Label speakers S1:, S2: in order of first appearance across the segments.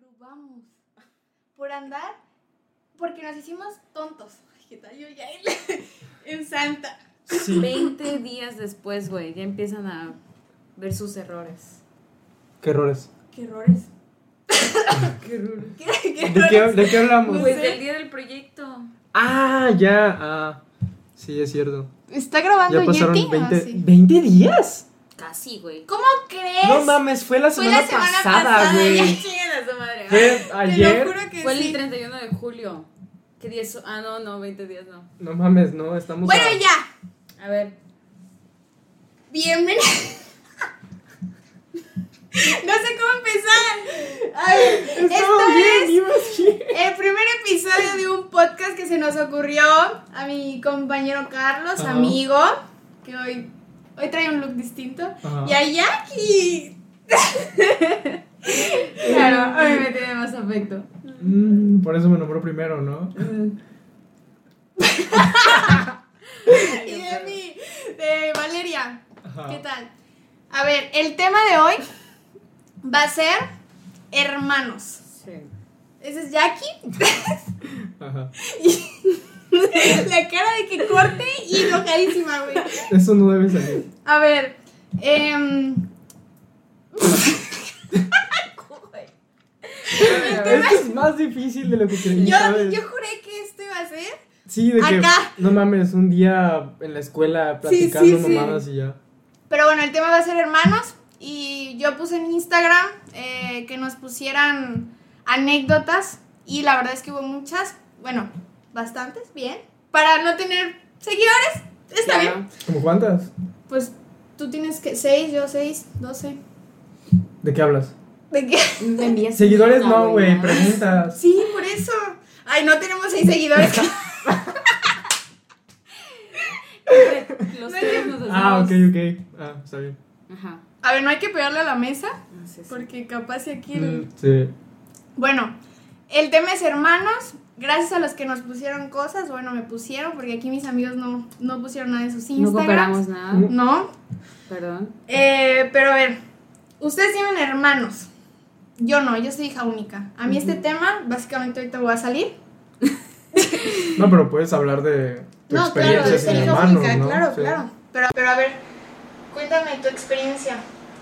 S1: jugamos. Por andar, porque nos hicimos tontos. Ay, ¿qué tal yo ya en, en Santa?
S2: Sí.
S3: 20 días después, güey, ya empiezan a ver sus errores.
S2: ¿Qué errores?
S1: ¿Qué errores?
S3: Qué raro.
S1: ¿Qué, qué
S2: ¿De qué,
S1: errores?
S2: de qué hablamos?
S3: Pues
S1: sé.
S3: del día del proyecto.
S2: Ah, ya. Ah, sí, es cierto.
S1: ¿Está grabando
S2: Ya pasaron
S1: Yeti?
S2: 20,
S1: Ah, sí.
S2: ¿20 días.
S3: Casi, güey.
S1: ¿Cómo crees?
S2: No mames, fue la
S1: Fue
S2: semana,
S1: la semana
S2: pasada,
S1: pasada,
S2: güey.
S3: Chingan a su madre.
S2: Fue
S1: Te
S2: ayer.
S1: lo juro que
S3: Fue
S1: sí.
S3: el 31 de julio. ¿Qué día es? Ah, no, no, 20 días no.
S2: No mames, no, estamos.
S1: Bueno,
S2: a-
S1: ya.
S3: A ver.
S1: Bienvenido. no sé cómo empezar. A ver,
S2: Estaba
S1: esto
S2: bien,
S1: es
S2: ibas bien.
S1: El primer episodio de un podcast que se nos ocurrió a mi compañero Carlos,
S2: Ajá.
S1: amigo, que hoy, hoy trae un look distinto,
S2: Ajá.
S1: y a Jackie.
S3: Claro, a mí me tiene más afecto.
S2: Eh, Mm, por eso me nombró primero, ¿no?
S1: Y de mí, de Valeria.
S2: Ajá.
S1: ¿Qué tal? A ver, el tema de hoy va a ser hermanos.
S3: Sí.
S1: Ese es Jackie,
S2: Ajá.
S1: la cara de que corte y enojadísima, güey.
S2: Eso no debe salir.
S1: A ver, em,
S2: Esto es más difícil de lo que creí.
S1: yo,
S2: ¿sabes?
S1: yo juré que esto iba a ser
S2: sí, de que
S1: acá.
S2: no mames, un día en la escuela
S1: Sí, sí,
S2: platicando
S1: sí.
S2: mamadas y ya.
S1: Pero bueno, el tema va a ser hermanos. Y yo puse en Instagram eh, que nos pusieran anécdotas. Y la verdad es que hubo muchas. Bueno, bastantes, bien. Para no tener seguidores, está bien.
S2: ¿Cómo cuántas?
S1: Pues tú tienes que. 6, yo 6, 12.
S2: ¿De qué hablas?
S1: ¿De qué?
S3: Me envías
S2: Seguidores
S3: una,
S2: no, güey,
S3: ¿no?
S2: preguntas.
S1: Sí, por eso. Ay, no tenemos 6 seguidores.
S3: Los tres nos
S2: Ah, ok,
S3: hacemos-
S2: ok. Ah, está bien.
S3: Ajá.
S1: A ver, no hay que pegarle a la mesa.
S3: Ah, sí, sí.
S1: Porque capaz si aquí. el-
S2: Mm, Sí.
S1: Bueno, el tema es hermanos. Gracias a los que nos pusieron cosas, bueno, me pusieron, porque aquí mis amigos no, no pusieron nada en sus
S3: No
S1: Instagram.
S3: cooperamos nada.
S1: No,
S3: Perdón.
S1: Eh, pero a ver, ustedes tienen hermanos. Yo no, yo soy hija única. A mí este tema, básicamente ahorita voy a salir.
S2: No, pero puedes hablar de tu
S1: No, claro,
S2: experiencia
S1: yo
S2: sin
S1: soy hija
S2: hermanos,
S1: única,
S2: ¿no?
S1: claro,
S2: Sí.
S1: claro. Pero, pero a ver, cuéntame tu experiencia.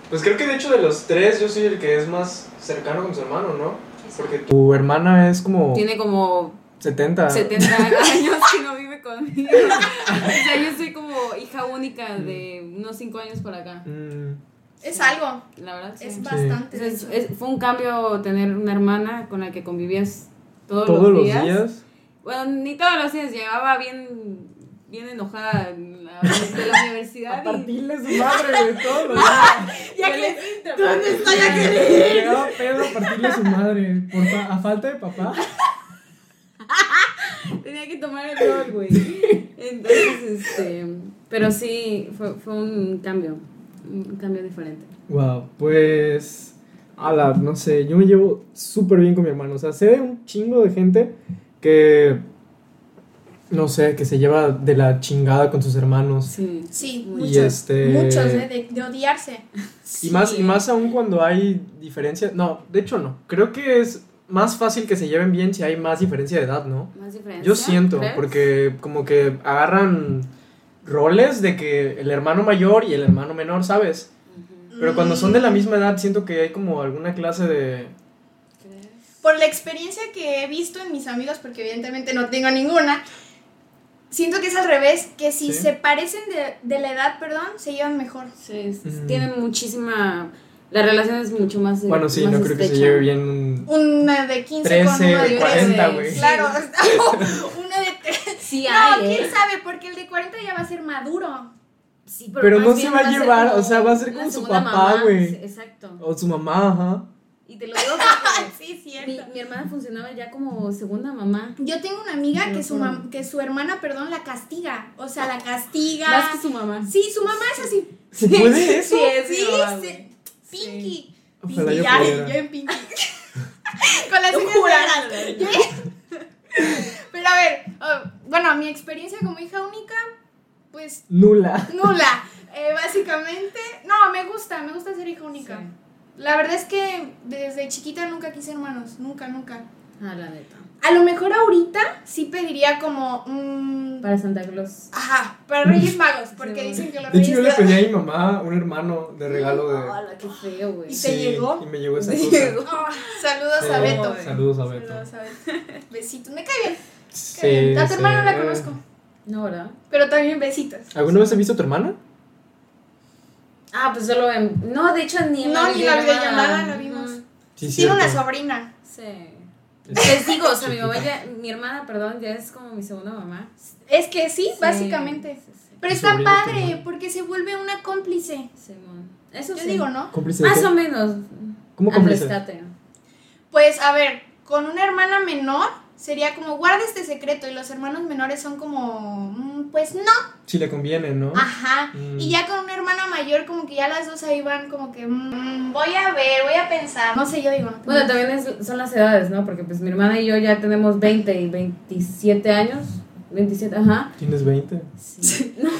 S2: Pues creo que de hecho de los tres yo soy el que es más cercano con su hermano, ¿no? Porque tu hermana es como
S3: Tiene como
S2: 70.
S3: 70 años que no vive conmigo. O sea, yo soy como hija única de unos 5 años para acá.
S2: Mm,
S1: Es algo,
S3: La verdad, sí.
S1: es bastante. de
S3: Entonces,
S1: hecho.
S3: es- fue un cambio tener una hermana con la que convivías todos,
S2: todos
S3: los
S2: los
S3: días.
S2: días.
S3: Bueno, ni todos los días, llegaba bien, bien enojada en la- de la universidad. y-
S2: su madre, de todos los días.
S1: ¿Dónde está ya que
S2: Llegaba Pedro a partirle su madre. Por fa- a falta de papá.
S3: Tenía que tomar el rol, güey. Entonces, este. Pero sí, fue, fue un cambio. Un cambio diferente.
S2: Wow, pues. Ala, no sé, yo me llevo súper bien con mi hermano. O sea, sé de un chingo de gente que. No sé, que se lleva de la chingada con sus hermanos.
S3: Sí.
S1: Sí,
S3: Y
S1: muchos.
S2: y este.
S1: Muchos, ¿eh? De, de odiarse.
S2: Y más, y más aún cuando hay diferencia. No, de hecho no. Creo que es más fácil que se lleven bien si hay más diferencia de edad, ¿no?
S3: Más diferencia.
S2: Yo siento,
S3: ¿crees?
S2: porque como que agarran roles de que el hermano mayor y el hermano menor, ¿sabes?
S3: Ujú.
S2: Pero cuando son de
S1: Mm.
S2: la misma edad siento que hay como alguna clase de...
S3: ¿Crees?
S1: Por la experiencia que he visto en mis amigos, porque evidentemente no tengo ninguna, siento que es al revés, que si
S2: Sí.
S1: se parecen de, de la edad, perdón, se llevan mejor.
S3: Sí, es-
S2: Mm.
S3: tienen muchísima. La relación es mucho más. eh,
S2: Bueno, sí,
S3: más
S2: no creo que se
S3: estrecha.
S2: lleve bien un...
S1: Una de 15 con
S2: 13,
S1: uno de
S2: 40,
S1: 13.
S2: güey.
S1: Claro, uno de 13.
S3: Sí,
S1: No,
S3: hay,
S1: quién
S3: ¿eh?
S1: sabe, porque el de 40 ya va a ser maduro.
S3: Sí,
S2: Pero
S3: más
S2: no se
S3: bien
S2: va a
S3: ser
S2: llevar,
S3: como
S2: o sea, va a ser
S3: una
S2: como su
S3: segunda
S2: papá,
S3: mamá,
S2: güey.
S3: sí, Exacto.
S2: O su mamá, ajá.
S3: Y te lo digo porque
S1: Sí,
S3: mi, mi hermana funcionaba ya como segunda mamá.
S1: Yo tengo una amiga
S3: Me
S1: que su,
S3: acuerdo.
S1: mam- que su hermana, perdón, la castiga. O sea, la castiga.
S3: Más que su mamá.
S1: Sí, su mamá es así.
S2: ¿Se puede eso?
S3: Sí, es mi
S1: Sí,
S3: mamá,
S1: sí.
S3: güey.
S1: Pinky.
S3: Sí.
S2: Ojalá
S1: Pinky,
S2: yo
S1: ya,
S2: pudiera.
S1: yo en Pinky. Con las
S3: Tú
S1: uñas
S3: juras.
S1: negras. Yo- Pero a ver, oh, bueno, mi experiencia como hija única, pues
S2: Nula.
S1: nula. Eh, básicamente, no, me gusta, me gusta ser hija única. La verdad es que desde chiquita nunca quise hermanos, nunca, nunca.
S3: A Ah, la neta.
S1: A lo mejor ahorita sí pediría como... mm,
S3: Para Santa Claus.
S1: ajá, para Reyes Magos, porque
S3: Sí.
S1: dicen que los
S2: De hecho, yo le
S1: Reyes
S2: pedí a mi mamá un hermano de regalo de.
S3: Hola, qué feo, güey.
S1: Ah, ¿Y te llegó?
S2: Y me llegó esa
S3: Te
S2: cosa.
S3: llegó.
S1: Oh, saludos
S2: Sí,
S1: a Beto.
S3: Ay.
S2: Saludos a Beto.
S1: Saludos a Beto. Besitos. Me cae bien. me
S2: Sí,
S1: cae bien. A tu
S2: sí.
S1: hermana no la conozco,
S3: No, ¿verdad?
S1: pero también besitos.
S2: ¿Alguna vez has visto a tu hermana?
S3: Ah, pues solo en. No, de hecho ni en
S1: No, ni la videollamada la
S3: Ujú.
S1: vimos.
S2: Sí,
S1: Tiene
S2: cierto.
S1: una sobrina.
S3: Sí.
S2: Es-
S3: Les digo, o sea, mi mamá ya, mi hermana, perdón, ya es como mi segunda mamá.
S1: Es que sí,
S3: Sí,
S1: básicamente.
S3: sí, sí,
S1: Pero
S2: Tu
S1: está
S2: sobrina
S1: padre,
S2: también.
S1: porque se vuelve una cómplice.
S3: Simón. Eso
S1: Yo
S3: sí.
S1: digo, ¿no?
S2: ¿Cómplice de
S3: Más
S2: qué?
S3: o menos.
S2: ¿Cómo
S3: Al
S2: cómplice?
S3: rescate.
S1: Pues a ver, con una hermana menor sería como guarda este secreto y los hermanos menores son como, "Mm, pues no,
S2: Si le conviene, ¿no?
S1: ajá.
S2: Mm.
S1: Y ya con una hermana mayor como que ya las dos ahí van como que, "Mm, voy a ver, voy a pensar. No sé, yo digo, no.
S3: Bueno, también es- son las edades, ¿no? Porque pues mi hermana y yo ya tenemos 20 y 27 años. 27, ajá.
S2: ¿Tienes 20?
S3: Sí.
S1: Tengo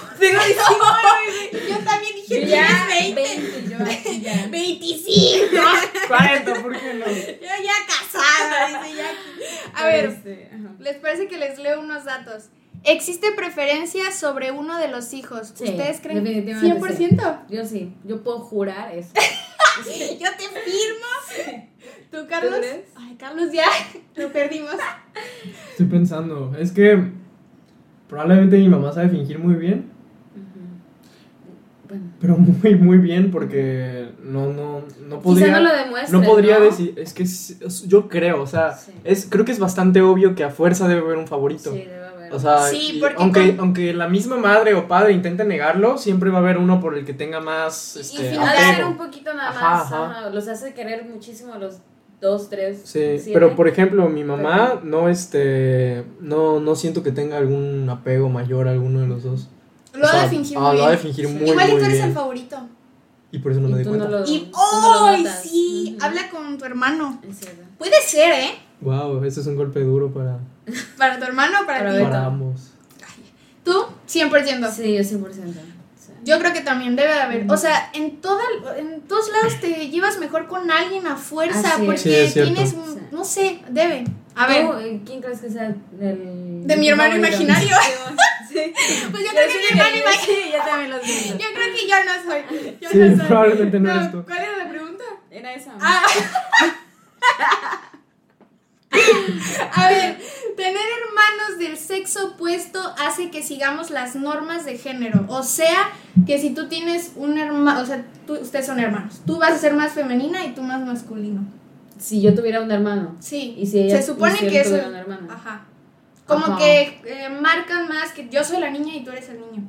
S1: 19. Yo también
S3: Yo
S1: dije,
S3: ya
S1: "Tienes 20.
S3: 20, yo aquí ya.
S1: 25.
S2: 40, ¿por qué no?
S1: Yo ya casada, dice Jackie. A ver,
S3: Este, ajá.
S1: ¿Les parece que les leo unos datos? ¿Existe preferencia sobre uno de los hijos?
S3: Sí,
S1: ¿Ustedes creen?
S3: definitivamente sí.
S1: 100%.
S3: Yo sí, yo puedo jurar eso.
S1: Yo te firmo. ¿Tú, Carlos?
S3: crees?
S1: Ay, Carlos, ya lo perdimos.
S2: Estoy pensando, es que probablemente mi mamá sabe fingir muy bien,
S3: Ujú. Bueno.
S2: pero muy, muy bien porque no, no, no podría...
S3: Quizá no lo demuestre.
S2: no podría decir, es que es- es- yo creo, o sea,
S3: Sí.
S2: es, creo que es bastante obvio que a fuerza debe haber un favorito.
S3: Sí, debe haber.
S2: O sea,
S1: Sí,
S2: y
S1: porque
S2: aunque,
S1: con-
S2: aunque la misma madre o padre intente negarlo, siempre va a haber uno por el que tenga más...
S1: Y- y
S2: Este,
S1: sin
S3: Ha de
S1: Apego.
S3: ser un poquito nada
S2: Ajá,
S3: más.
S2: ajá.
S3: ajá, Los hace querer muchísimo a los dos, tres.
S2: Sí,
S3: siete.
S2: pero por ejemplo, mi mamá no este no no siento que tenga algún apego mayor a alguno de los dos.
S1: Lo
S2: O
S1: ha
S2: sea,
S1: de fingir
S2: ah,
S1: muy
S2: Lo ha de
S1: bien.
S2: fingir
S3: Sí.
S2: muy,
S1: Igual y
S2: muy
S1: tú eres
S2: bien.
S1: el favorito.
S2: Y por eso no me
S3: Y
S2: doy
S3: tú no
S2: cuenta.
S3: lo.
S1: Y,
S3: tú no lo
S1: ¡ay,
S3: notas.
S1: sí!
S3: Ujú.
S1: Habla con tu hermano.
S3: Es cierto.
S1: Puede ser, ¿eh?
S2: Wow, ese es un golpe duro para,
S1: Para tu hermano o para,
S3: Para
S1: ti.
S3: Beto.
S2: para ambos.
S1: Tú, 100%.
S3: Sí, yo 100%. sí.
S1: Yo creo que también debe de haber.
S3: Mm.
S1: O sea, en, toda, en todos lados te llevas mejor con alguien a fuerza
S3: Así es.
S1: porque
S2: Sí, es cierto.
S1: tienes.
S3: Sí.
S1: No sé, debe. A
S3: ¿Tú,
S1: ver,
S3: eh, ¿Quién crees que sea el.
S1: De mi hermano imaginario.
S3: Sí.
S1: pues yo creo que mi hermano imagina.
S3: Sí, yo también lo siento.
S1: Yo creo que yo no soy. Yo
S2: Sí,
S1: no soy.
S2: probablemente no eres tú.
S1: ¿Cuál era la pregunta?
S3: Era esa.
S1: Ah. A ver, tener hermanos del sexo opuesto hace que sigamos las normas de género. O sea, que si tú tienes un hermano, o sea, tú- ustedes son hermanos, tú vas a ser más femenina y tú más masculino.
S3: Si yo tuviera un hermano.
S1: Sí.
S3: Y si ella.
S1: Se supone
S3: y si él
S1: que Ah. eso-
S3: tuviera un hermano.
S1: Ajá. Como
S3: Ajá.
S1: que eh, marcan más que yo soy la niña y tú eres el niño.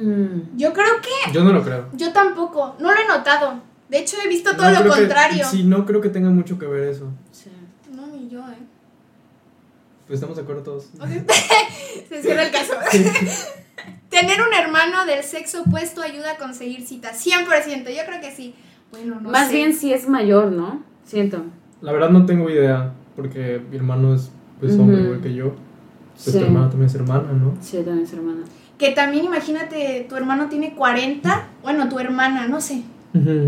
S3: Mm.
S1: Yo creo que
S2: Yo no lo creo.
S1: yo tampoco, no lo he notado. De hecho, he visto todo
S2: No
S1: lo
S2: creo que-
S1: contrario.
S2: sí, no creo que tenga mucho que ver eso.
S3: Sí.
S1: No, ni yo, ¿eh?
S2: Pues estamos de acuerdo todos.
S1: Se cierra el caso. Tener un hermano del sexo opuesto ayuda a conseguir citas. 100%, yo creo que sí. Bueno, no
S3: Más
S1: sé.
S3: bien si es mayor, ¿no? Siento.
S2: La verdad no tengo idea porque mi hermano es pues hombre
S3: Ujú.
S2: igual que yo. Pues
S3: Sí.
S2: tu hermana también es hermana, ¿no?
S3: Sí, yo también es hermana.
S1: Que también imagínate, tu hermano tiene 40, bueno, tu hermana, no sé.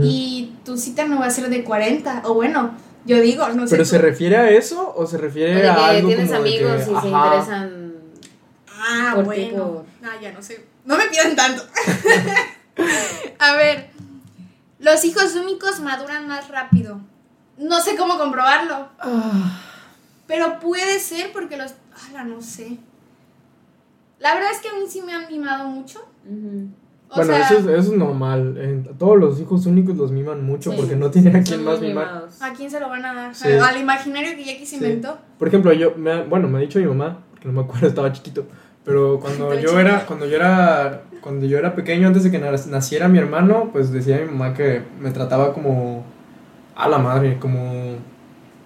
S1: Y tu cita no va a ser de 40, o bueno, yo digo, no sé.
S2: ¿Pero
S1: tú.
S2: se refiere a eso o se refiere
S3: O de
S2: a
S3: que
S2: algo
S3: tienes
S2: como de que,
S3: amigos y se
S2: ajá,
S3: interesan.
S1: Ah,
S3: por ti,
S1: bueno. Ah, ya no sé. No me pidan tanto. a ver, los hijos únicos maduran más rápido. No sé cómo comprobarlo.
S2: Ah.
S1: Pero puede ser porque los. Ala, no sé. La verdad es que a mí sí me han mimado mucho.
S3: Ujú.
S1: O
S2: Bueno,
S1: sea,
S2: eso, es, eso es normal. eh, a todos los hijos únicos los miman mucho
S3: Sí.
S2: porque no tienen a
S3: Son
S2: quien más
S3: muy
S2: mimar.
S3: mimados.
S1: ¿a quién se lo van a dar?
S2: Sí.
S1: Al imaginario que Jackie se
S2: Sí.
S1: inventó.
S2: Por ejemplo, yo, me ha- bueno, me ha dicho mi mamá, que no me acuerdo, estaba chiquito, pero cuando
S1: Estaba
S2: yo era, cuando yo era, cuando yo era pequeño, antes de que nas- naciera mi hermano, pues decía mi mamá que me trataba como a la madre, como,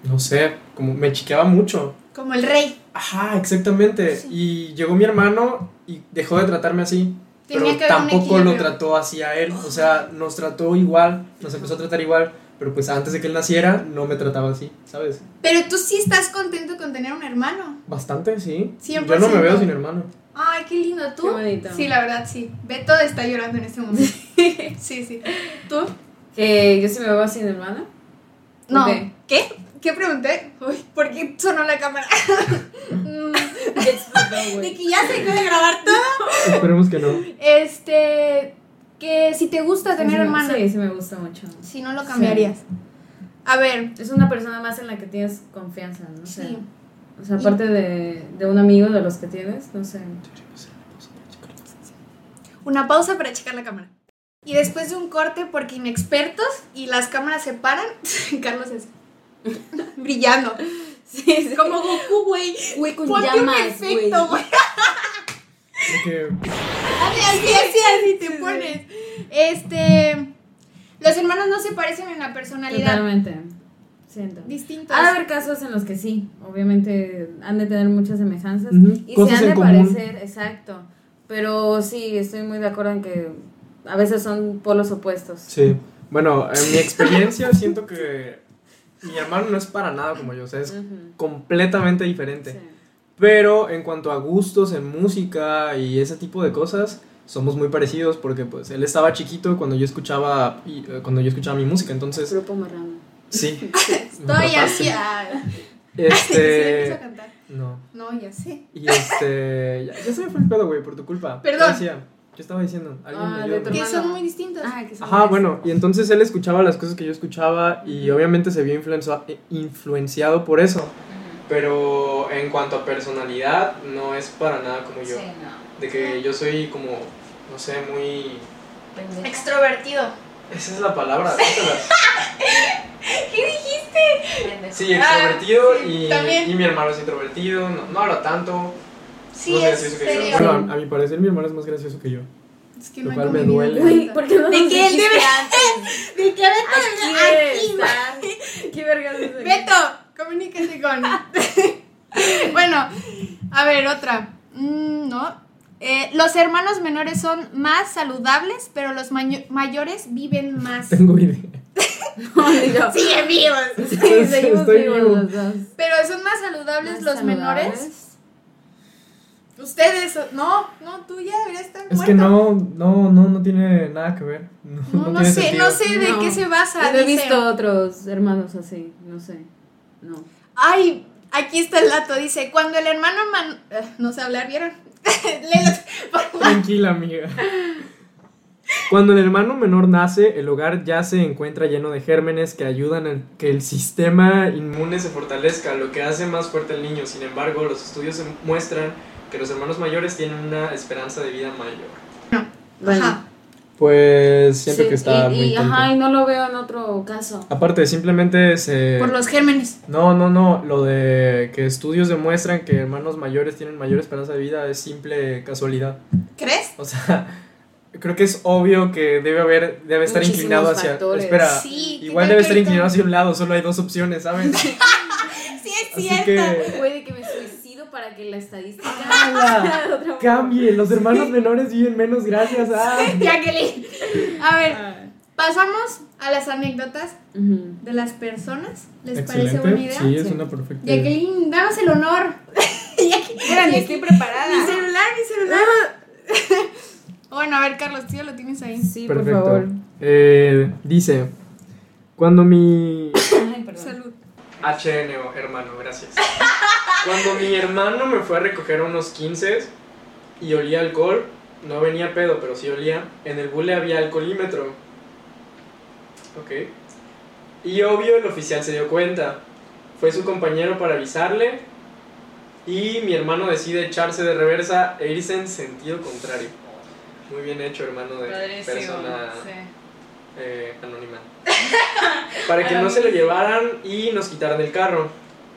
S2: no sé, como me chiqueaba mucho.
S1: Como el rey.
S2: Ajá, exactamente.
S1: Sí.
S2: Y llegó mi hermano y dejó de tratarme así.
S1: Tenía
S2: pero
S1: que haber un
S2: tampoco lo
S1: equilibrio.
S2: trató así a él. O sea, nos trató igual, nos empezó a tratar igual. Pero pues antes de que él naciera, no me trataba así, ¿sabes?
S1: Pero tú sí estás contento con tener un hermano.
S2: Bastante, sí.
S1: 100%.
S2: Yo no me veo sin hermano.
S1: Ay, qué lindo. ¿Tú?
S3: Qué bonito.
S1: Sí, la verdad, sí. Beto está llorando en este momento. sí, sí. ¿Tú?
S3: Que yo sí me veo sin hermana.
S1: No.
S3: Ok.
S1: ¿Qué? ¿Qué pregunté? Uy, ¿por qué sonó la cámara? Mm, de que ya se puede grabar todo.
S2: Esperemos que no.
S1: Este, que si te gusta tener
S3: hermana.
S1: hermana,
S3: Sí, sí me gusta mucho.
S1: si no lo cambiarías. A ver,
S3: Es una persona más en la que tienes confianza, no sé.
S1: sí.
S3: O sea, aparte de, de un amigo de los que tienes, no sé.
S1: Una pausa para checar la cámara. Y después de un corte, porque inexpertos y las cámaras se paran, Carlos es brillando.
S3: Sí, sí.
S1: Como Goku, güey.
S4: Güey, con
S3: Pues
S1: Ponte un
S4: llamas, güey.
S1: efecto, güey.
S2: Porque
S1: Así, así, así, así te pones. Este. Los hermanos no se parecen en la personalidad.
S3: Totalmente. Siento.
S1: Distintos.
S3: Ha de haber casos en los que sí, obviamente han de tener muchas semejanzas
S2: Ujú,
S3: y
S2: cosas
S3: se han de
S2: en común.
S3: parecer, exacto. Pero sí, estoy muy de acuerdo en que a veces son polos opuestos.
S2: Sí. Bueno, en mi experiencia siento que mi hermano no es para nada como yo, o sea, es
S3: Ujú,
S2: completamente diferente.
S3: sí.
S2: Pero en cuanto a gustos en música y ese tipo de cosas, somos muy parecidos porque pues él estaba chiquito cuando yo escuchaba y, eh, cuando yo escuchaba mi música, entonces
S3: Grupo marrano.
S2: sí.
S1: Estoy así.
S2: Aparte,
S1: ah. Sí, le empiezo a
S2: Este
S1: cantar.
S2: no.
S1: No, ya sé.
S2: Y este ya, ya se me fue el pedo, güey, por tu culpa.
S1: Perdón.
S2: ¿Qué decía? ¿Qué estaba diciendo? Alguien
S3: Ah,
S2: me
S3: de
S2: ayuda.
S3: tu
S1: Que son
S3: hermano.
S1: muy distintos.
S3: Ah, que son
S2: Ajá,
S3: gays.
S2: bueno, y entonces él escuchaba las cosas que yo escuchaba y obviamente se vio influenza- eh, influenciado por eso. Pero en cuanto a personalidad, no es para nada como yo.
S4: Sí, no.
S2: De que yo soy como, no sé, muy...
S4: pendeja.
S1: Extrovertido.
S2: Esa es la palabra. sácalas.
S1: ¿Qué dijiste?
S4: Pendeja.
S2: Sí,
S1: Ah,
S2: extrovertido
S1: sí,
S2: y,
S1: también.
S2: y mi hermano es introvertido, no, no habla tanto.
S1: Sí,
S2: no sé,
S1: es
S2: soy su
S1: serio.
S2: querido. Bueno, a a mi parecer mi hermano es más gracioso que yo.
S1: Es que
S2: Lo
S1: no
S2: cual
S1: hay
S2: me
S1: convivido
S2: duele.
S1: tanto.
S3: Uy, ¿por qué no
S1: De
S3: nos
S1: que él
S3: dijiste
S1: debe-
S3: antes?
S1: ¿De qué Beto?
S3: Aquí debe estar. ¿Qué vergas es aquí?
S1: Beto, comuníquese con. bueno, a ver, otra. Mm, no. Eh, los hermanos menores son más saludables, pero los maño- mayores viven más.
S2: Tengo idea.
S3: No, digo,
S1: Siguen vivos.
S3: sí,
S2: Estoy
S3: seguimos
S2: vivo.
S3: vivos los dos.
S1: Pero son más saludables
S3: Más
S1: los menores.
S3: saludables.
S1: Ustedes, son- no, no, tú ya deberías estar
S2: Es
S1: muerto.
S2: que no, no, no, no tiene nada que ver. No,
S1: No, no
S2: tiene
S1: sé,
S2: sentido.
S1: no sé de
S3: No.
S1: qué se basa.
S3: Yo he
S1: dicen.
S3: visto otros hermanos así, no sé. No.
S1: Ay, aquí está el dato. Dice, cuando el hermano man... eh, no sé hablar, ¿vieron? Léelo, por favor.
S2: Tranquila, amiga. Cuando el hermano menor nace, el hogar ya se encuentra lleno de gérmenes que ayudan a que el sistema inmune se fortalezca, lo que hace más fuerte al niño. Sin embargo, los estudios se muestran que los hermanos mayores tienen una esperanza de vida mayor.
S3: Bueno.
S1: Ajá.
S2: Pues siento
S3: Sí,
S2: que está
S3: y,
S2: muy
S3: y,
S2: tonto.
S3: ajá, y no lo veo en otro caso.
S2: Aparte, simplemente se...
S1: Por los gérmenes.
S2: No, no, no, lo de que estudios demuestran que hermanos mayores tienen mayor esperanza de vida es simple casualidad.
S1: ¿Crees?
S2: O sea, creo que es obvio que debe haber, debe estar
S3: Muchísimos
S2: inclinado hacia.
S3: factores.
S2: Espera,
S1: Sí, ¿qué
S2: igual
S1: tal
S2: debe
S1: que
S2: estar
S1: ahorita-
S2: inclinado hacia un lado, solo hay dos opciones, ¿sabes?
S1: Sí, es
S2: Así
S1: cierto.
S2: que.
S3: Puede que me suicido para que la estadística
S2: ¡Hala!
S3: de otra
S2: Cambie, los hermanos menores viven menos gracias ah. a.
S1: Jacqueline. A ver,
S3: Ah.
S1: pasamos a las anécdotas
S3: Ujú.
S1: de las personas. ¿Les parece buena idea?
S2: sí, es
S3: Sí.
S2: una perfecta. idea.
S1: Jacqueline, danos el honor. Jacqueline,
S4: estoy preparada.
S1: Mi celular, mi celular.
S2: Ah.
S1: bueno, a ver, Carlos, tú ya lo tienes ahí.
S3: Sí,
S2: Perfecto.
S3: por favor.
S2: Eh, dice: Cuando mi.
S3: Ay, perdón.
S1: Salud.
S2: HNO, hermano, gracias. Cuando mi hermano me fue a recoger a unos 15 y olía alcohol, no venía pedo, pero sí olía, en el bule había alcoholímetro. Ok. Y obvio el oficial se dio cuenta. Fue su compañero para avisarle y mi hermano decide echarse de reversa e irse en sentido contrario. Muy bien hecho, hermano de
S4: Padrísimo,
S2: persona
S4: sí.
S2: eh, anónima. Para que no se lo llevaran y nos quitaran el carro.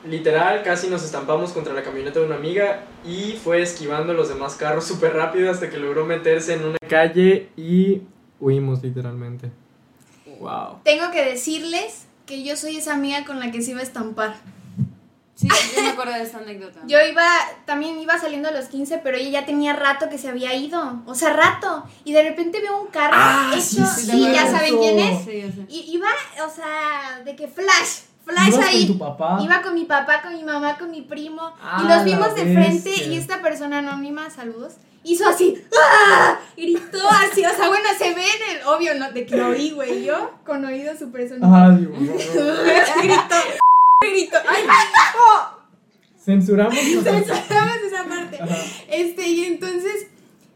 S2: Literal, casi nos estampamos contra la camioneta de una amiga y fue esquivando los demás carros súper rápido hasta que logró meterse en una calle y huimos literalmente. Wow.
S1: Tengo que decirles que yo soy esa amiga con la que se iba a estampar.
S3: Sí, yo me acuerdo de esta anécdota.
S1: Yo iba, también iba saliendo a los 15, pero ella ya tenía rato que se había ido. O sea, rato. Y de repente veo un carro
S2: Ah,
S1: hecho.
S2: sí,
S1: Sí,
S2: sí,
S1: ya
S2: sí.
S1: saben quién es.
S3: Sí, ya sé.
S1: Y iba, o sea, de que flash, flash
S2: ¿Ibas
S1: ahí.
S2: con tu papá?
S1: Iba con mi papá, con mi mamá, con mi primo.
S2: Ah,
S1: y nos vimos
S2: la
S1: de frente
S2: bestia.
S1: y esta persona anónima, saludos, hizo así. ¡Ah! Gritó así. O sea, bueno, se ve en el obvio, no, de que lo oí, güey. Yo con oído súper sonido.
S2: Ay, Dios mío.
S1: Gritó. Gritó. ¡Ay, no!
S2: Censuramos.
S1: Censuramos esa parte.
S2: Ajá.
S1: Este, y entonces,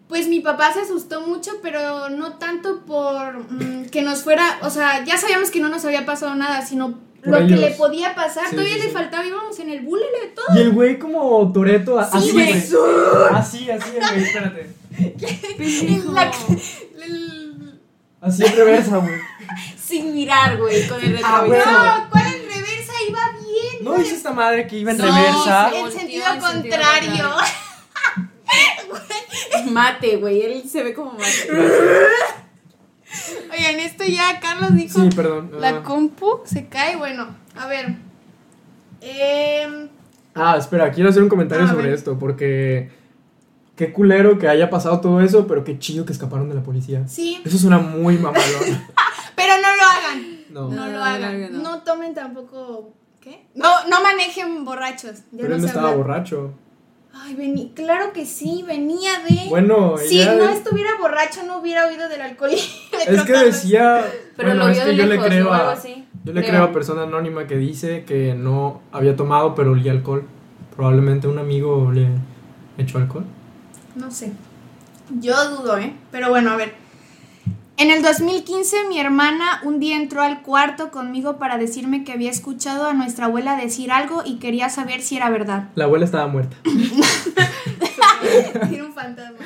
S1: pues mi papá se asustó mucho, pero no tanto por mm, que nos fuera, o sea, ya sabíamos que no nos había pasado nada, sino
S2: Por
S1: lo
S2: ellos.
S1: que le podía pasar.
S2: Sí,
S1: Todavía
S2: sí,
S1: le
S2: sí.
S1: faltaba, íbamos en el bullying de todo.
S2: Y el güey como Toreto, así,
S1: Sí,
S2: güey.
S1: güey.
S2: Así, así, el güey, espérate.
S1: En la que- el-
S2: Así en reversa, güey.
S3: Sin mirar, güey, con el
S2: Ah, güey.
S3: retrovisor.
S1: No, ¿cuál en reversa? Iba bien.
S2: ¿No dice esta madre que iba en
S3: No,
S2: reversa?
S3: sí.
S1: En
S3: volteó
S1: sentido
S3: en sentido
S1: contrario.
S3: Mate, güey, él se ve como mate.
S1: Oigan, esto ya Carlos dijo.
S2: Sí, perdón.
S1: La
S2: Ah.
S1: compu se cae. Bueno, a ver. Em,
S2: Ah, espera, quiero hacer un comentario
S1: A
S2: sobre
S1: ver.
S2: esto, porque qué culero que haya pasado todo eso, pero qué chido que escaparon de la policía.
S1: sí,
S2: Eso suena muy mamalón.
S1: pero no lo hagan.
S2: No.
S1: No,
S3: No,
S1: lo
S3: no,
S1: hagan.
S3: no,
S1: No.
S3: no.
S1: tomen tampoco. ¿Qué? No, no manejen borrachos. Ya
S2: pero él
S1: no
S2: no
S1: sé
S2: estaba
S1: hablar.
S2: borracho.
S1: Ay, vení. Claro que sí, venía de.
S2: Bueno,
S1: si
S2: ella-
S1: no estuviera borracho, no hubiera oído del alcohol.
S2: es que decía,
S3: Pero
S2: bueno,
S3: lo
S2: es
S3: vio
S2: que
S3: de
S2: yo
S3: lejos,
S2: le creo
S3: ¿no? Algo
S2: a
S3: así.
S2: yo le
S3: creo.
S2: creo a persona anónima que dice que no había tomado, pero olía alcohol. Probablemente un amigo le echó alcohol.
S1: No sé. Yo dudo, ¿eh? Pero bueno, a ver. En el 2015 mi hermana un día entró al cuarto conmigo para decirme que había escuchado a nuestra abuela decir algo y quería saber si era verdad.
S2: La abuela estaba muerta.
S1: Era un fantasma.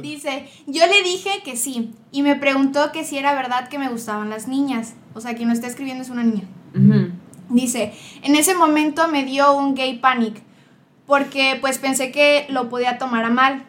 S1: Dice, yo le dije que sí y me preguntó que si era verdad que me gustaban las niñas. O sea, quien lo está escribiendo es una niña.
S3: Ujú.
S1: Dice, en ese momento me dio un gay panic, porque pues pensé que lo podía tomar a mal.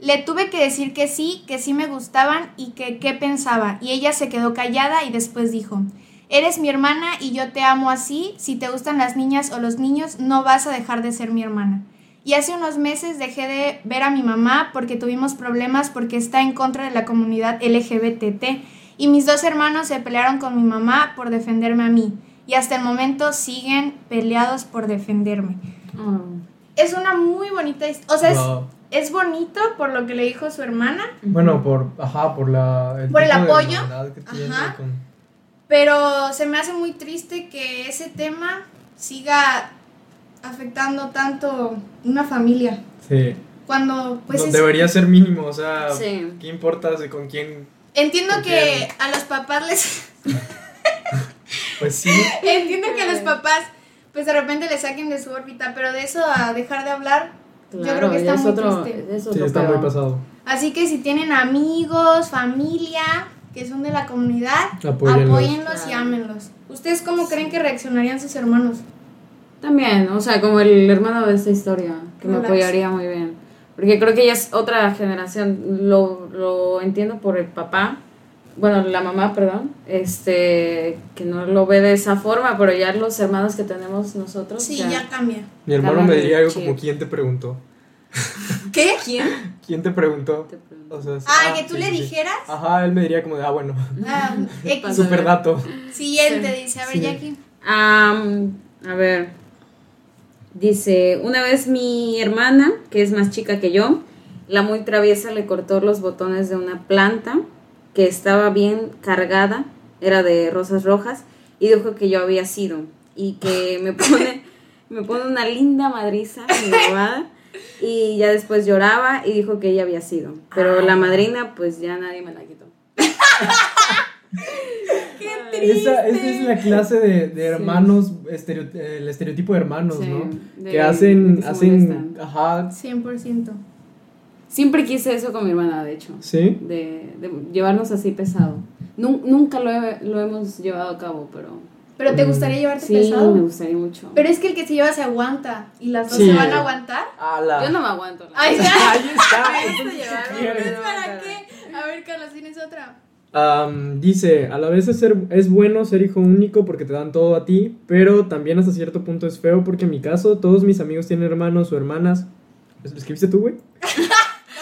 S1: Le tuve que decir que sí, que sí me gustaban y que qué pensaba, y ella se quedó callada y después dijo, eres mi hermana y yo te amo así, si te gustan las niñas o los niños, no vas a dejar de ser mi hermana. Y hace unos meses dejé de ver a mi mamá porque tuvimos problemas porque está en contra de la comunidad LGBT y mis dos hermanos se pelearon con mi mamá por defenderme a mí y hasta el momento siguen peleados por defenderme.
S3: Oh.
S1: Es una muy bonita historia, o sea, es-
S2: Wow.
S1: es, bonito por lo que le dijo su hermana,
S2: Bueno, por ajá, por la
S1: Por el
S2: tipo de
S1: apoyo.
S2: hermandad que tiene
S1: Ajá.
S2: con-
S1: pero se me hace muy triste que ese tema siga afectando tanto una familia
S2: Sí.
S1: cuando pues
S2: No,
S1: es-
S2: debería ser mínimo, o sea,
S3: Sí.
S2: ¿qué importa si con quién?
S1: entiendo que
S2: Entiendo.
S1: a los papás les
S2: Pues sí.
S1: Entiendo que a los papás, pues de repente le saquen de su órbita, pero de eso a dejar de hablar,
S2: pues,
S1: yo creo
S3: Claro,
S1: que está
S3: es
S1: muy
S3: otro-
S1: triste.
S3: es
S2: Sí,
S3: otro
S2: está
S3: pedo.
S2: muy pasado.
S1: Así que si tienen amigos, familia, que son de la comunidad,
S2: Apóyenlos.
S1: apóyenlos, y
S3: Claro.
S1: ámenlos. ¿Ustedes cómo creen que reaccionarían sus hermanos?
S3: También, o sea, como el hermano de esta historia, que me
S1: Relax.
S3: apoyaría muy bien. Porque creo que ya es otra generación, lo, lo entiendo por el papá, bueno, la mamá, perdón, este, que no lo ve de esa forma, pero ya los hermanos que tenemos nosotros.
S1: Sí, ya cambia.
S2: Mi hermano me
S3: Cámara,
S2: diría algo
S3: sí.
S2: como ¿quién te preguntó?
S1: ¿Qué?
S3: ¿Quién?
S2: ¿Quién te preguntó?
S3: Te pregunto.
S2: O sea, es-
S1: Ah, que tú
S2: sí,
S1: le
S2: sí, sí.
S1: dijeras.
S2: Ajá, él me diría como de, ah, bueno,
S1: Ah, X.
S3: Pasa.
S2: super dato.
S1: Sí, él te dice, a ver,
S2: Sí.
S1: Jackie.
S3: Am, a ver. Dice, una vez mi hermana, que es más chica que yo, la muy traviesa le cortó los botones de una planta que estaba bien cargada, era de rosas rojas, y dijo que yo había sido, y que me pone, me pone una linda madriza mi mamá, y ya después lloraba y dijo que ella había sido, pero la madrina pues ya nadie me la quitó.
S2: Esa, esa es
S3: este.
S2: la clase de, de hermanos, estereo- el estereotipo de hermanos,
S3: Sí,
S2: ¿no?
S3: de-
S2: que hacen,
S3: de que se
S2: hacen,
S3: molestan.
S2: ajá,
S1: 100%.
S3: Siempre quise eso con mi hermana, de hecho.
S2: sí.
S3: de, de llevarnos así pesado. Nun- nunca lo, he- lo hemos llevado a cabo, pero
S1: ¿Pero te
S2: Mm.
S1: gustaría llevarte
S3: sí, me
S1: pesado?
S3: gustaría mucho.
S1: Pero es que el que se lleva se aguanta. ¿Y las dos
S2: Sí.
S1: se van a aguantar?
S2: Ala.
S3: Yo no me aguanto. la
S1: Ay,
S3: verdad.
S1: ya.
S2: Ahí está.
S3: Eso llevaron,
S2: quieres.
S3: ¿no?
S1: ¿Para qué? A ver, Carlos, ¿tienes otra?
S2: Am, dice, a la vez es, ser- es bueno ser hijo único porque te dan todo a ti, pero también hasta cierto punto es feo porque en mi caso todos mis amigos tienen hermanos o hermanas. ¿Lo escribiste tú, güey?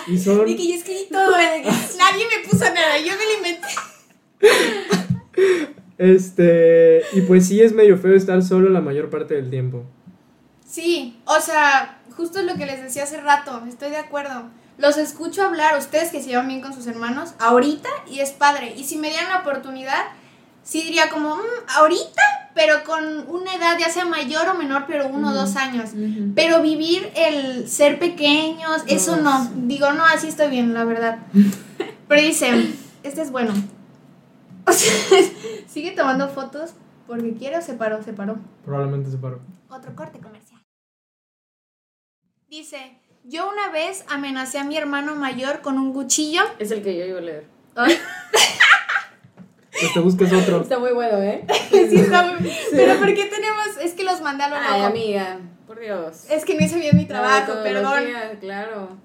S2: Y son...
S1: De que yo escribí todo, eh, de que nadie me puso nada, yo me lo inventé.
S2: Este, y pues sí es medio feo estar solo la mayor parte del tiempo.
S1: Sí, o sea, justo es lo que les decía hace rato, estoy de acuerdo. Los escucho hablar, ustedes que se llevan bien con sus hermanos, ahorita y es padre. Y si me dieran la oportunidad, sí diría como, "Mm, ahorita, pero con una edad ya sea mayor o menor, pero uno o
S3: Ujú.
S1: dos años.
S3: Ujú.
S1: Pero vivir el ser pequeños, eso no. Digo, no, así estoy bien, la verdad. Pero dice, este es bueno. O sea, sigue tomando fotos porque quiere o se paró, se paró.
S2: Probablemente se paró.
S1: Otro corte comercial. Dice, yo una vez amenacé a mi hermano mayor con un cuchillo.
S3: Es el que yo iba a leer.
S2: Pues te buscas otro.
S3: Está muy bueno, ¿eh?
S1: Sí, está muy- Pero ¿por qué tenemos? Es que los mandé a lo
S3: Ay,
S1: loco.
S3: amiga, por Dios.
S1: Es que no hice bien mi trabajo,
S3: Todos los
S1: perdón.
S3: días, claro.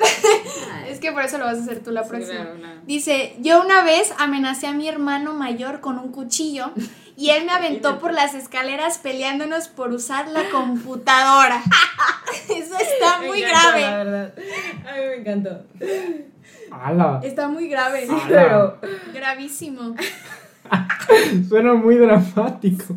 S3: Ay,
S1: Es que por eso lo vas a hacer tú la
S3: sí,
S1: próxima.
S3: claro, claro.
S1: Dice, yo una vez amenacé a mi hermano mayor con un cuchillo y él me aventó por las escaleras peleándonos por usar la computadora. Eso está
S3: Me
S1: muy
S3: encantó,
S1: grave.
S3: la verdad. A mí me encantó.
S2: ¡Hala!
S1: Está muy grave.
S2: Ah.
S3: Pero
S1: Gravísimo.
S2: Suena muy dramático.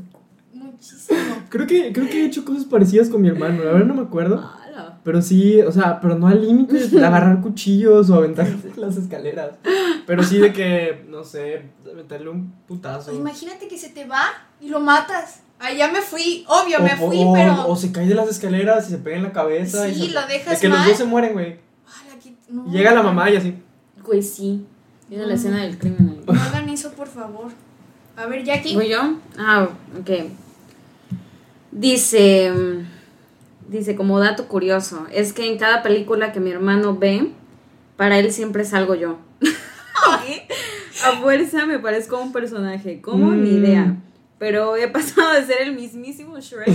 S1: Muchísimo.
S2: Creo que, creo que he hecho cosas parecidas con mi hermano. La verdad no me acuerdo.
S3: Ala.
S2: Pero sí, o sea, pero no al límite de agarrar cuchillos o aventar las escaleras. Pero sí de que, no sé, meterle un putazo.
S1: Imagínate que se te va y lo matas. Allá me fui, obvio, me
S2: o,
S1: fui,
S2: o-
S1: pero...
S2: o se cae de las escaleras y se pega en la cabeza. y
S1: Sí,
S2: se-
S1: lo dejas
S2: Es que los
S1: mal.
S2: dos se mueren, güey.
S1: Ah, la quit- no.
S2: Y Llega la mamá y así.
S3: Güey, sí. Viene la
S1: Mm.
S3: escena del crimen.
S1: No hagan eso, por favor. A ver, Jackie.
S3: ¿Voy yo? Ah, ok. Dice, mm, dice, como dato curioso, es que en cada película que mi hermano ve, para él siempre salgo yo. A fuerza me parezco a un personaje, como
S2: Mm.
S3: ni idea. Pero he pasado de ser el mismísimo Shrek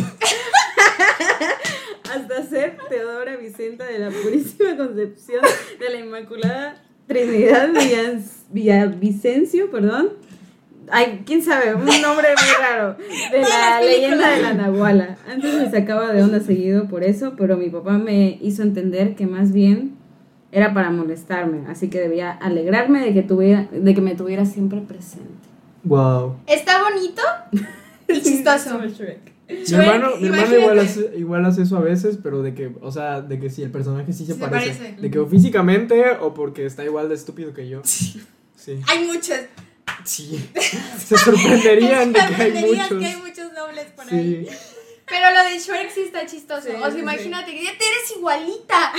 S3: hasta ser Teodora Vicenta de la Purísima Concepción de la Inmaculada Trinidad Villan- Villavicencio, perdón. Ay, quién sabe, un nombre muy raro. De la leyenda de la Nahuala. Antes me sacaba de onda seguido por eso, pero mi papá me hizo entender que más bien era para molestarme, así que debía alegrarme de que, tuviera, de que me tuviera siempre presente.
S2: Wow.
S1: Está bonito y chistoso.
S2: Mi
S1: Shrek,
S2: hermano, mi hermano
S1: imagínate.
S2: igual, hace, igual hace eso a veces, pero de que, o sea, de que si el personaje sí se
S1: Se
S2: parece.
S1: parece.
S2: De que o físicamente o porque está igual de estúpido que yo. Sí. Sí.
S1: Hay muchas.
S2: Se sorprenderían de que hay
S1: Sorprenderías
S2: muchos.
S1: que hay muchos nobles por ahí.
S2: Sí.
S1: Pero lo de Shrek sí está chistoso.
S3: Sí,
S1: o sea,
S3: sí,
S1: imagínate que ya te eres igualita.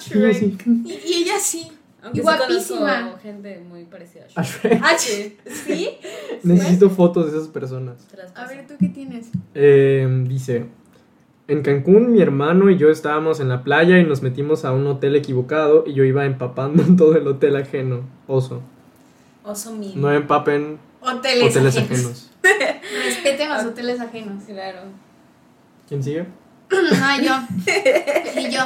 S2: Sí, sí.
S1: Y, y ella sí.
S3: Aunque
S1: Y
S3: sí
S1: guapísima.
S3: conozco gente muy parecida a
S2: A
S3: Shrek.
S2: Shrek.
S1: Ah, sí. ¿Sí?
S2: Necesito fotos de esas personas.
S3: Te las
S1: A
S3: paso.
S1: ver, ¿tú qué tienes?
S2: Eh, dice, en Cancún mi hermano y yo estábamos en la playa y nos metimos a un hotel equivocado y yo iba empapando todo el hotel ajeno. Oso.
S3: Oso mío.
S2: No empapen
S1: Hoteles,
S2: hoteles
S1: ajenos. Ah.
S2: ajenos.
S1: Respeten los hoteles ajenos.
S3: Claro.
S2: ¿Quién sigue?
S1: Ah, yo. Y yo.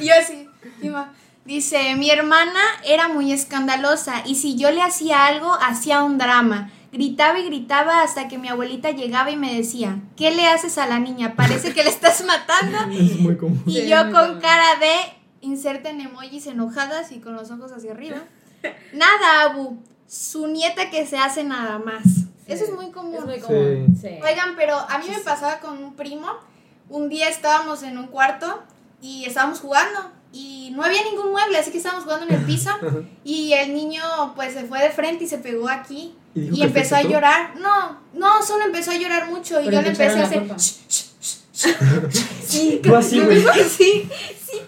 S1: Yo sí. Iba. Dice, mi hermana era muy escandalosa y si yo le hacía algo, hacía un drama. Gritaba y gritaba hasta que mi abuelita llegaba y me decía, ¿qué le haces a la niña? Parece que la estás matando.
S2: Es muy común.
S1: Y
S3: Sí,
S1: yo
S3: muy
S1: con
S3: bueno.
S1: cara de inserten emojis enojadas y con los ojos hacia arriba. Nada, Abu. Su nieta que se hace nada más. Eso es muy común.
S3: Es muy común. Sí.
S1: Oigan, pero a mí me pasaba con un primo. Un día estábamos en un cuarto y estábamos jugando y no había ningún mueble, así que estábamos jugando en el piso
S2: Ajá.
S1: y el niño pues se fue de frente y se pegó aquí
S2: Y dijo
S1: y
S2: que
S1: empezó a
S2: afectó.
S1: llorar. No, no, solo empezó a llorar mucho y yo
S3: Pero te
S1: le empecé a
S3: echaron
S1: hacer...
S3: la culpa.
S1: "Shh, shh, shh, shh". Sí,
S2: Tú así,
S1: lo
S2: güey.
S1: mismo que sí.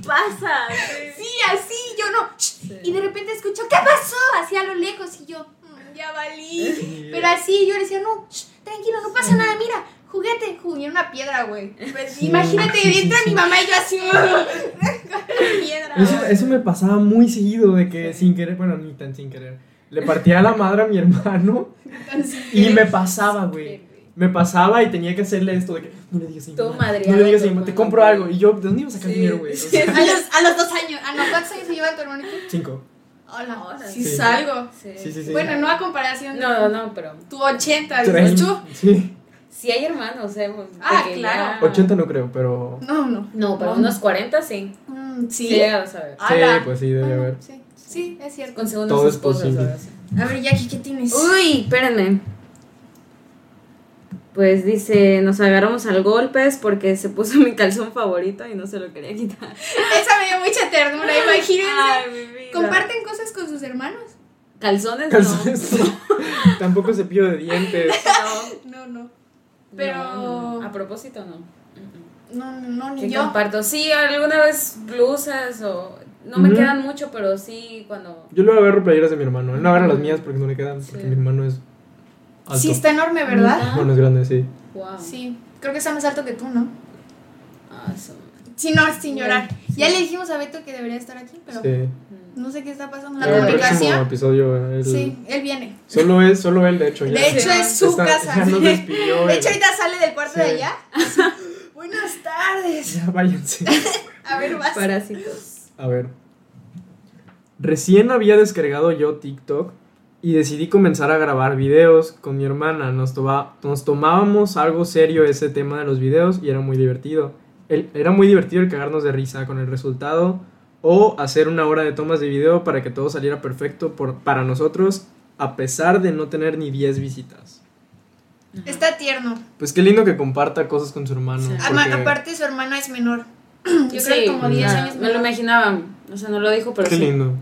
S3: pasa.
S1: Sí, así, yo no. Y de repente escucho, ¿qué pasó? Así a lo lejos y yo, "Mm, ya valí.
S2: Sí.
S1: Pero así yo le decía, no, shh, tranquilo, no pasa nada, mira, juguete, jugué en una piedra, güey. Pues,
S2: Sí,
S1: imagínate,
S2: sí, sí,
S1: entra
S2: sí.
S1: mi mamá y yo así, "Ugh", piedra.
S2: Eso, eso me pasaba muy seguido de que sin querer, bueno, ni tan sin querer. Le partía la madre a mi hermano y me pasaba, güey. Me pasaba y tenía que hacerle esto de que no le digas a mi
S3: Tú
S2: mamá, No
S3: madreado,
S2: le digas a mi
S3: tú
S2: mamá, te
S3: madreado.
S2: compro algo. Y yo, ¿de dónde iba a sacar
S3: Sí.
S2: dinero, güey? O
S1: A
S2: sea,
S1: los, a los dos años, ¿a no cuántos años se lleva tu hermanito?
S2: cinco.
S1: Hola,
S3: Ahora
S1: sí,
S2: sí.
S1: salgo.
S2: Sí, sí, sí.
S1: Bueno, no a comparación de
S3: No, no, no, pero
S1: tu 80, dices
S2: Tres.
S1: tú.
S2: Sí.
S3: si hay hermanos, eh. de
S1: Ah,
S3: que
S1: claro.
S3: ya-
S2: 80 no creo, pero.
S1: No, no.
S3: No, pero unos 40 sí.
S1: Mm, sí.
S3: Sí, llegado a saber.
S1: Ah, Ala.
S2: Sí, pues sí, debe
S1: Bueno,
S2: haber.
S1: sí, sí, es cierto.
S3: Con segundas
S2: Todo es
S3: esposas
S2: posible.
S3: ahora sí.
S1: A ver, Jackie, ¿qué tienes?
S3: Uy, espérenme. Pues dice, nos agarramos al golpes porque se puso mi calzón favorito y no se lo quería quitar.
S1: Esa me dio mucha ternura, imagínense.
S3: Ay, mi vida.
S1: Comparten cosas con sus hermanos.
S3: Calzones,
S2: Calzones. Tampoco cepillo de dientes.
S3: no. No.
S1: No, no. Pero-
S3: Pero a propósito no. Mm,
S1: No, no, no, ni
S3: Sí,
S1: yo.
S3: comparto. Sí, alguna vez blusas o no me
S2: Ujú.
S3: quedan mucho, pero sí cuando
S2: Yo luego agarro playeras de mi hermano. Él no agarra las mías porque no le quedan. Porque
S3: Sí.
S2: mi hermano es. Alto.
S1: Sí, está enorme, ¿verdad?
S2: Bueno, es grande, sí.
S3: wow.
S1: Sí, creo que está más alto que tú, ¿no?
S3: Ah, eso.
S1: Sí, no, sin llorar.
S3: Sí.
S1: Ya le dijimos a Beto que debería estar aquí, pero
S2: sí.
S1: no sé qué está pasando. La
S2: Pero el próximo
S1: comunicación.
S2: episodio. Él,
S1: Sí, él viene.
S2: Solo él, solo él, de hecho. ya.
S1: De hecho, es su
S2: Está-
S1: casa.
S2: Ya nos
S1: De
S2: despidió.
S1: hecho, ahorita sale del cuarto
S2: Sí.
S1: de allá. Buenas tardes.
S2: Ya váyanse.
S1: A ver, vas.
S3: Parásitos.
S2: A ver. Recién había descargado yo TikTok y decidí comenzar a grabar videos con mi hermana. Nos, toba- nos tomábamos algo serio ese tema de los videos y era muy divertido. El- era muy divertido el cagarnos de risa con el resultado o hacer una hora de tomas de video para que todo saliera perfecto por, para nosotros a pesar de no tener ni 10 visitas.
S1: Está tierno.
S2: Pues qué lindo que comparta cosas con su hermano.
S3: Sí.
S1: Ama-
S2: porque-
S1: Aparte, su hermana es menor. Yo creo que como 10
S3: ya,
S1: años
S3: Me lo
S1: menor.
S3: imaginaba. O sea, no lo dijo, pero
S2: Qué
S3: sí.
S2: lindo.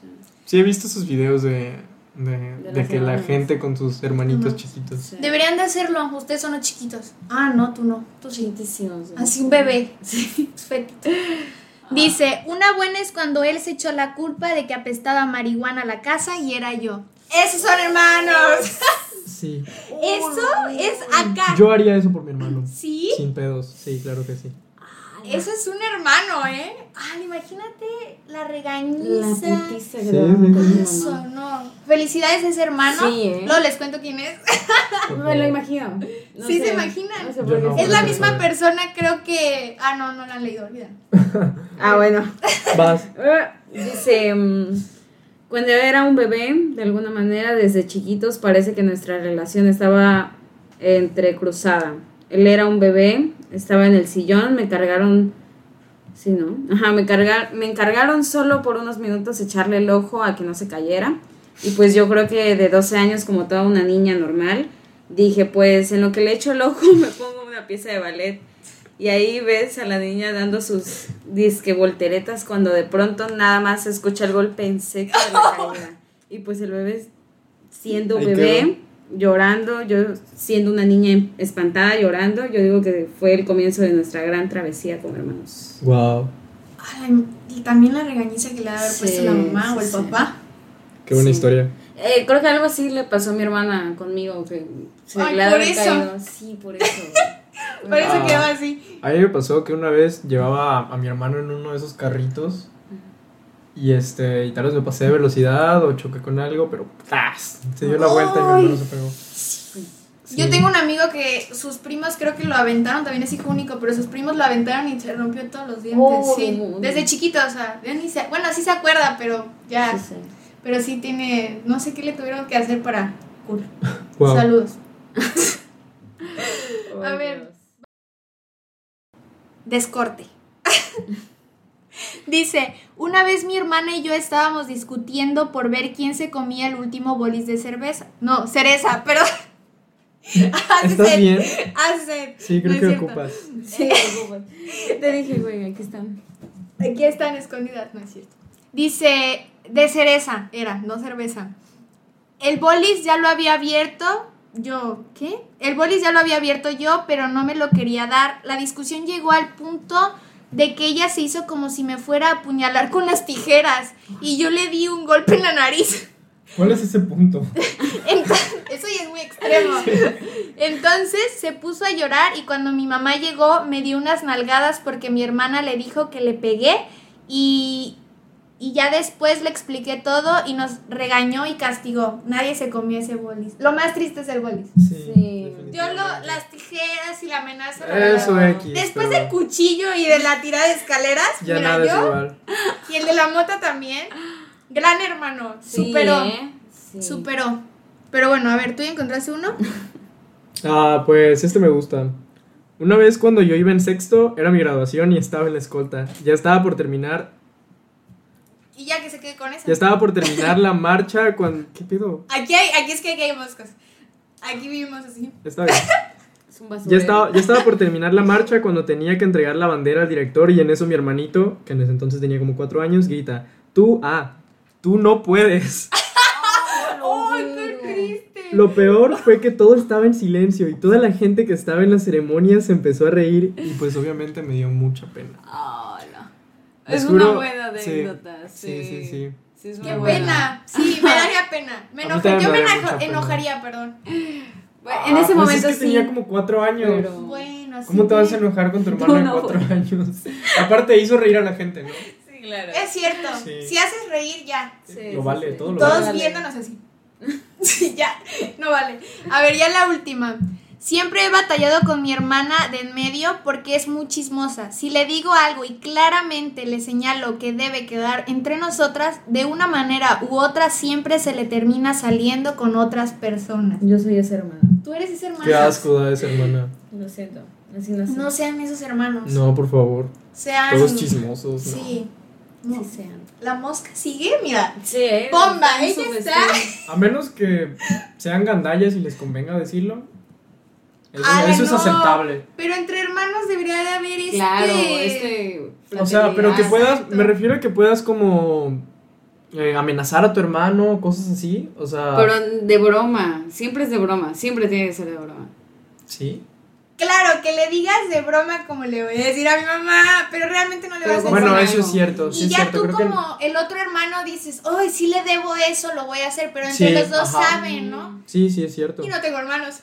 S3: Sí.
S2: Sí, he visto sus videos de, de, de
S3: las
S2: que la
S3: hermanas.
S2: gente con sus hermanitos
S1: Ajá.
S2: chiquitos.
S3: Sí.
S1: Deberían de hacerlo. Ustedes son los chiquitos. Ah, no, tú no. Tú sí.
S3: Chiquitísimos, ¿no?
S1: Así un bebé. Fetito. Dice, una buena es cuando él se echó la culpa de que apestaba marihuana la casa y era yo. Esos son hermanos.
S2: Sí.
S1: Eso es acá.
S2: Yo haría eso por mi hermano.
S1: Ah. ¿Sí?
S2: Sin pedos. Sí, claro que sí.
S1: Eso es un hermano, ¿eh? Ay, imagínate la
S3: La
S1: regañiza. Ah,
S3: putiza que
S2: Sí,
S3: le daban con
S2: sí,
S3: mi
S1: Eso,
S3: mamá.
S1: no. Felicidades a ese hermano.
S3: Sí, ¿eh?
S1: No, les cuento quién es.
S2: Por
S3: No me lo
S2: favor.
S3: imagino. No
S1: Sí,
S3: sé.
S1: se imaginan.
S3: No sé
S2: Yo
S3: por qué
S2: no.
S3: se-
S1: Es la
S2: no
S1: misma
S2: sabe.
S1: persona, creo que... Ah, no, no la han leído, olvida.
S3: Ah, bueno.
S2: Vas.
S3: Ah, Dice, mm, cuando era un bebé, de alguna manera, desde chiquitos parece que nuestra relación estaba entrecruzada. Él era un bebé, estaba en el sillón, me cargaron, sí, ¿no? Ajá, me, carga- me encargaron solo por unos minutos echarle el ojo a que no se cayera. Y pues yo creo que de 12 años, como toda una niña normal, dije, pues en lo que le echo el ojo me pongo una pieza de ballet. Y ahí ves a la niña dando sus disque volteretas cuando de pronto nada más se escucha el golpe en seco de la caída. Y pues el bebé siendo
S2: Ahí
S3: bebé, llorando, yo siendo una niña espantada, llorando, yo digo que fue el comienzo de nuestra gran travesía como hermanos.
S2: Wow.
S1: Ay, y también la regañiza que le ha de haber
S3: Sí,
S1: puesto la mamá
S3: sí,
S1: o el
S3: sí.
S1: papá.
S2: Qué buena
S3: Sí.
S2: historia.
S3: Eh, creo que algo así le pasó a mi hermana conmigo, que se
S1: Ay,
S3: le ha
S1: por
S3: de haber
S1: eso.
S3: caído. Sí, por eso.
S1: Por eso
S2: Ah.
S1: quedó así.
S2: A mí me pasó que una vez llevaba a, a mi hermano en uno de esos carritos. Y este, y tal vez me pasé de velocidad o choqué con algo, pero ¡tas! se dio la vuelta y mi
S1: Ay.
S2: hermano se pegó. Sí.
S1: Yo tengo un amigo que sus primos creo que lo aventaron, también es hijo único, pero sus primos lo aventaron y se rompió todos los dientes.
S3: Oh.
S1: sí, desde chiquito, o sea, ya ni se- bueno, sí se acuerda, pero ya,
S3: Sí, sí.
S1: pero sí tiene, no sé qué le tuvieron que hacer para cur.
S2: Guau.
S1: Saludos. A
S3: Ay,
S1: ver.
S3: Dios.
S1: Descorte. Dice, una vez mi hermana y yo estábamos discutiendo por ver quién se comía el último bolis de cerveza. No, cereza, pero...
S2: ¿Estás bien?
S1: Hace.
S2: Sí,
S1: No
S2: creo
S1: es
S2: que
S1: cierto.
S2: ocupas.
S3: Sí, te dije, güey, aquí están.
S1: Aquí están escondidas, no es cierto. Dice, de cereza, era, no cerveza. El bolis ya lo había abierto yo, ¿qué? El bolis ya lo había abierto yo, pero no me lo quería dar. La discusión llegó al punto de que ella se hizo como si me fuera a apuñalar con las tijeras y yo le di un golpe en la nariz.
S2: ¿Cuál es ese punto?
S1: Entonces, eso ya es muy extremo. Entonces se puso a llorar y cuando mi mamá llegó me dio unas nalgadas porque mi hermana le dijo que le pegué y, y ya después le expliqué todo y nos regañó y castigó. Nadie se comió ese bolis. Lo más triste es el bolis.
S3: Sí.
S1: Yo lo, las tijeras y la amenaza. la
S2: Eso
S1: verdad.
S2: X.
S1: Después
S2: pero
S1: del cuchillo y de la tirada de escaleras,
S2: Ya
S1: mira
S2: nada es
S1: yo,
S2: igual.
S1: y el de la mota también. Gran hermano,
S3: Sí,
S1: superó.
S3: ¿eh? Sí.
S1: Superó. Pero bueno, a ver, ¿tú ya encontraste uno?
S2: Ah, pues este me gusta. Una vez cuando yo iba en sexto, era mi graduación y estaba en la escolta. Ya estaba por terminar.
S1: Y ya que se quede con eso.
S2: Ya estaba por terminar la marcha cuando. ¿Qué pedo?
S1: Aquí hay, aquí es que aquí hay moscos. Aquí vivimos así.
S2: Está bien.
S3: Es un basurero.
S2: Ya estaba, ya estaba por terminar la marcha cuando tenía que entregar la bandera al director y en eso mi hermanito, que en ese entonces tenía como cuatro años, grita, tú, ah, tú no puedes.
S3: Ah, lo
S1: ¡Ay, qué
S3: juro.
S1: triste!
S2: Lo peor fue que todo estaba en silencio y toda la gente que estaba en la ceremonia se empezó a reír y pues obviamente me dio mucha pena.
S3: Hola.
S2: Les
S3: Es una
S2: juro,
S3: buena
S2: sí,
S3: anécdota. Sí,
S2: sí, sí, sí.
S3: es
S1: ¡Qué
S3: muy buena.
S1: pena! Sí, me daría pena. Me
S2: A mí
S1: enojé-
S2: también
S1: Yo
S2: me
S1: me
S2: daría
S1: enojo-
S2: mucha pena.
S1: enojaría, perdón.
S3: Bueno,
S2: Ah,
S3: en ese
S2: pues es
S3: momento
S2: que
S3: sí.
S2: tenía como cuatro años.
S3: pero-
S1: Bueno, sí.
S2: ¿Cómo te vas a enojar con tu hermano
S3: No,
S2: de
S3: no,
S2: cuatro años? Aparte hizo reír a la gente, ¿no?
S3: Sí, claro.
S1: Es cierto.
S2: Sí.
S1: Si haces reír, ya.
S3: Sí,
S2: Lo
S3: sí,
S2: vale,
S3: sí.
S2: todo lo
S1: Todos
S2: vale.
S1: viéndonos así. Sí, ya. No vale. A ver, ya la última. Siempre he batallado con mi hermana de en medio porque es muy chismosa. Si le digo algo y claramente le señalo que debe quedar entre nosotras, de una manera u otra siempre se le termina saliendo con otras personas.
S3: Yo soy esa hermana.
S1: Tú eres esa hermana.
S2: Qué asco da esa hermana.
S3: Lo siento. Así nací.
S1: No sean esos
S3: Ah,
S1: hermanos.
S2: No, por favor.
S1: Sean.
S2: Todos chismosos. ¿no?
S1: Sí. No.
S3: Sí, sean.
S1: La mosca sigue, mira.
S3: Sí, eh,
S1: Bomba,
S3: están
S1: ella está-
S3: subestimados.
S2: A menos que sean gandallas y les convenga decirlo. Eso,
S3: Ah,
S1: Ala,
S2: eso es
S1: no.
S2: aceptable.
S1: Pero entre hermanos debería de haber este.
S3: Claro, este.
S2: O sea, pero que
S1: Ah,
S2: puedas,
S1: exacto.
S2: me refiero a que puedas como eh, amenazar a tu hermano, cosas así. O sea,
S3: Pero de broma. Siempre es de broma. Siempre tiene que ser de broma.
S2: sí.
S1: Claro, que le digas de broma como le voy a decir a mi mamá, pero realmente no le
S3: Pero
S1: vas a
S3: como-
S1: decir.
S2: Bueno,
S3: algo.
S2: eso es cierto. Sí
S1: y
S2: es
S1: ya
S2: cierto.
S1: tú
S2: creo que-
S1: como el otro hermano dices, ay, sí le debo eso, lo voy a hacer, pero entre
S2: Sí,
S1: los dos
S2: ajá.
S1: saben, ¿no?
S2: Sí, sí, es cierto.
S1: Y no tengo hermanos.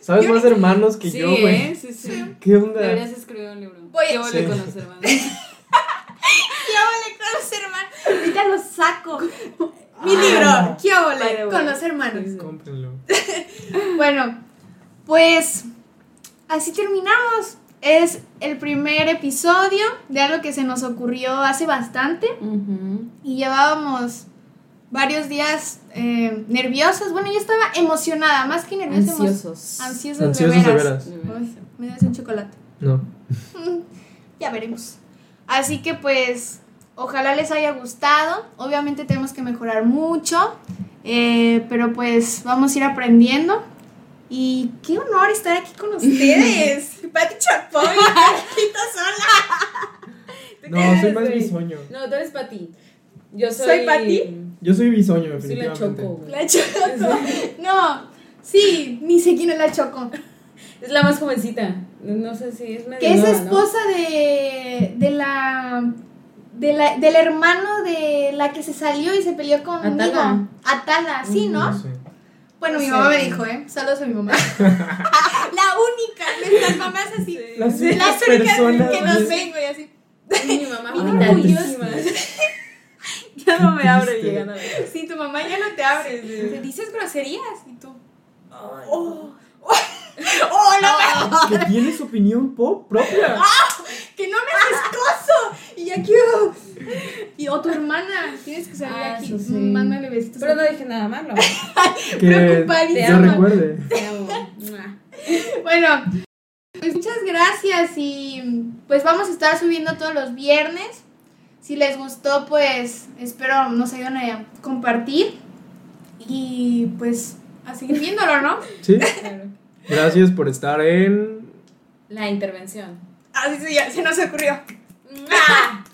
S2: Sabes más hermanos que
S3: sí,
S2: yo, güey.
S3: ¿eh? Sí, sí.
S2: ¿Qué onda?
S3: Deberías escribir un libro.
S1: Voy a-
S3: Yo volví
S2: Sí.
S3: con los hermanos.
S1: ¿Qué ole con los hermanos? Ahorita los saco. Mi libro, ¿qué
S3: Vale,
S1: ole con
S3: bueno.
S1: los hermanos?
S3: Sí, sí.
S2: Cómprenlo.
S1: Bueno, pues así terminamos. Es el primer episodio de algo que se nos ocurrió hace bastante.
S3: Ujú.
S1: y llevábamos varios días eh, nerviosos. Bueno, yo estaba emocionada, más que nerviosa. emo-
S3: Ansiosos.
S1: Ansiosos, de
S2: Ansiosos de
S1: veras.
S2: veras.
S1: Ay, me das un chocolate.
S2: No.
S1: Ya veremos. Así que pues, ojalá les haya gustado. Obviamente tenemos que mejorar mucho, eh, pero pues vamos a ir aprendiendo. Y qué honor estar aquí con ustedes. Pati Chapón y Carlita sola.
S2: No, soy más
S3: Soy-
S2: bisoño.
S3: No, tú eres Pati. Yo soy.
S1: ¿Soy Pati?
S2: Yo soy bisoño,
S3: Soy la
S2: definitivamente.
S3: Choco. güey.
S1: La Choco. No, sí, ni sé quién es la Choco.
S3: Es la más jovencita. No sé si es medio.
S1: Que es
S3: nueva, ¿no?
S1: esposa de, de la, de la- del hermano de la que se salió y se peleó conmigo.
S3: Atala.
S1: Atala, sí,
S2: No
S1: ¿no?
S2: sé.
S1: Bueno, mi
S3: Sí.
S1: mamá me dijo, ¿eh? Saludos a mi mamá. la única, nuestras mamás así.
S3: Sí.
S1: Las
S2: Las únicas
S1: únicas
S2: personas.
S1: que nos
S2: bien-
S1: ven, güey, así.
S3: Mi mamá
S2: Bien
S3: orgullosísima. Ya no me abro
S2: triste.
S3: llegando a la casa.
S1: Sí, tu mamá ya no te abre.
S3: Sí, sí.
S1: Te dices groserías y tú. ¡Oh! ¡Oh! ¡Oh, no me-
S2: Que tienes opinión pop propia.
S1: ¡Que no me haces coso! Y ya quiero. Y o tu hermana, tienes que salir
S3: Ah,
S1: aquí. Mm,
S3: eso sí.
S1: Mándale besitos.
S3: Pero no dije nada malo.
S2: que
S1: Preocupadísima.
S2: yo recuerde.
S3: Te amo. Mua.
S1: Bueno, pues muchas gracias y pues vamos a estar subiendo todos los viernes. Si les gustó, pues espero nos ayuden a compartir y pues a seguir viéndolo, ¿no?
S2: Sí.
S3: Claro.
S2: Gracias por estar en
S3: La intervención.
S1: Así se, ya- se nos ocurrió.
S3: Mua.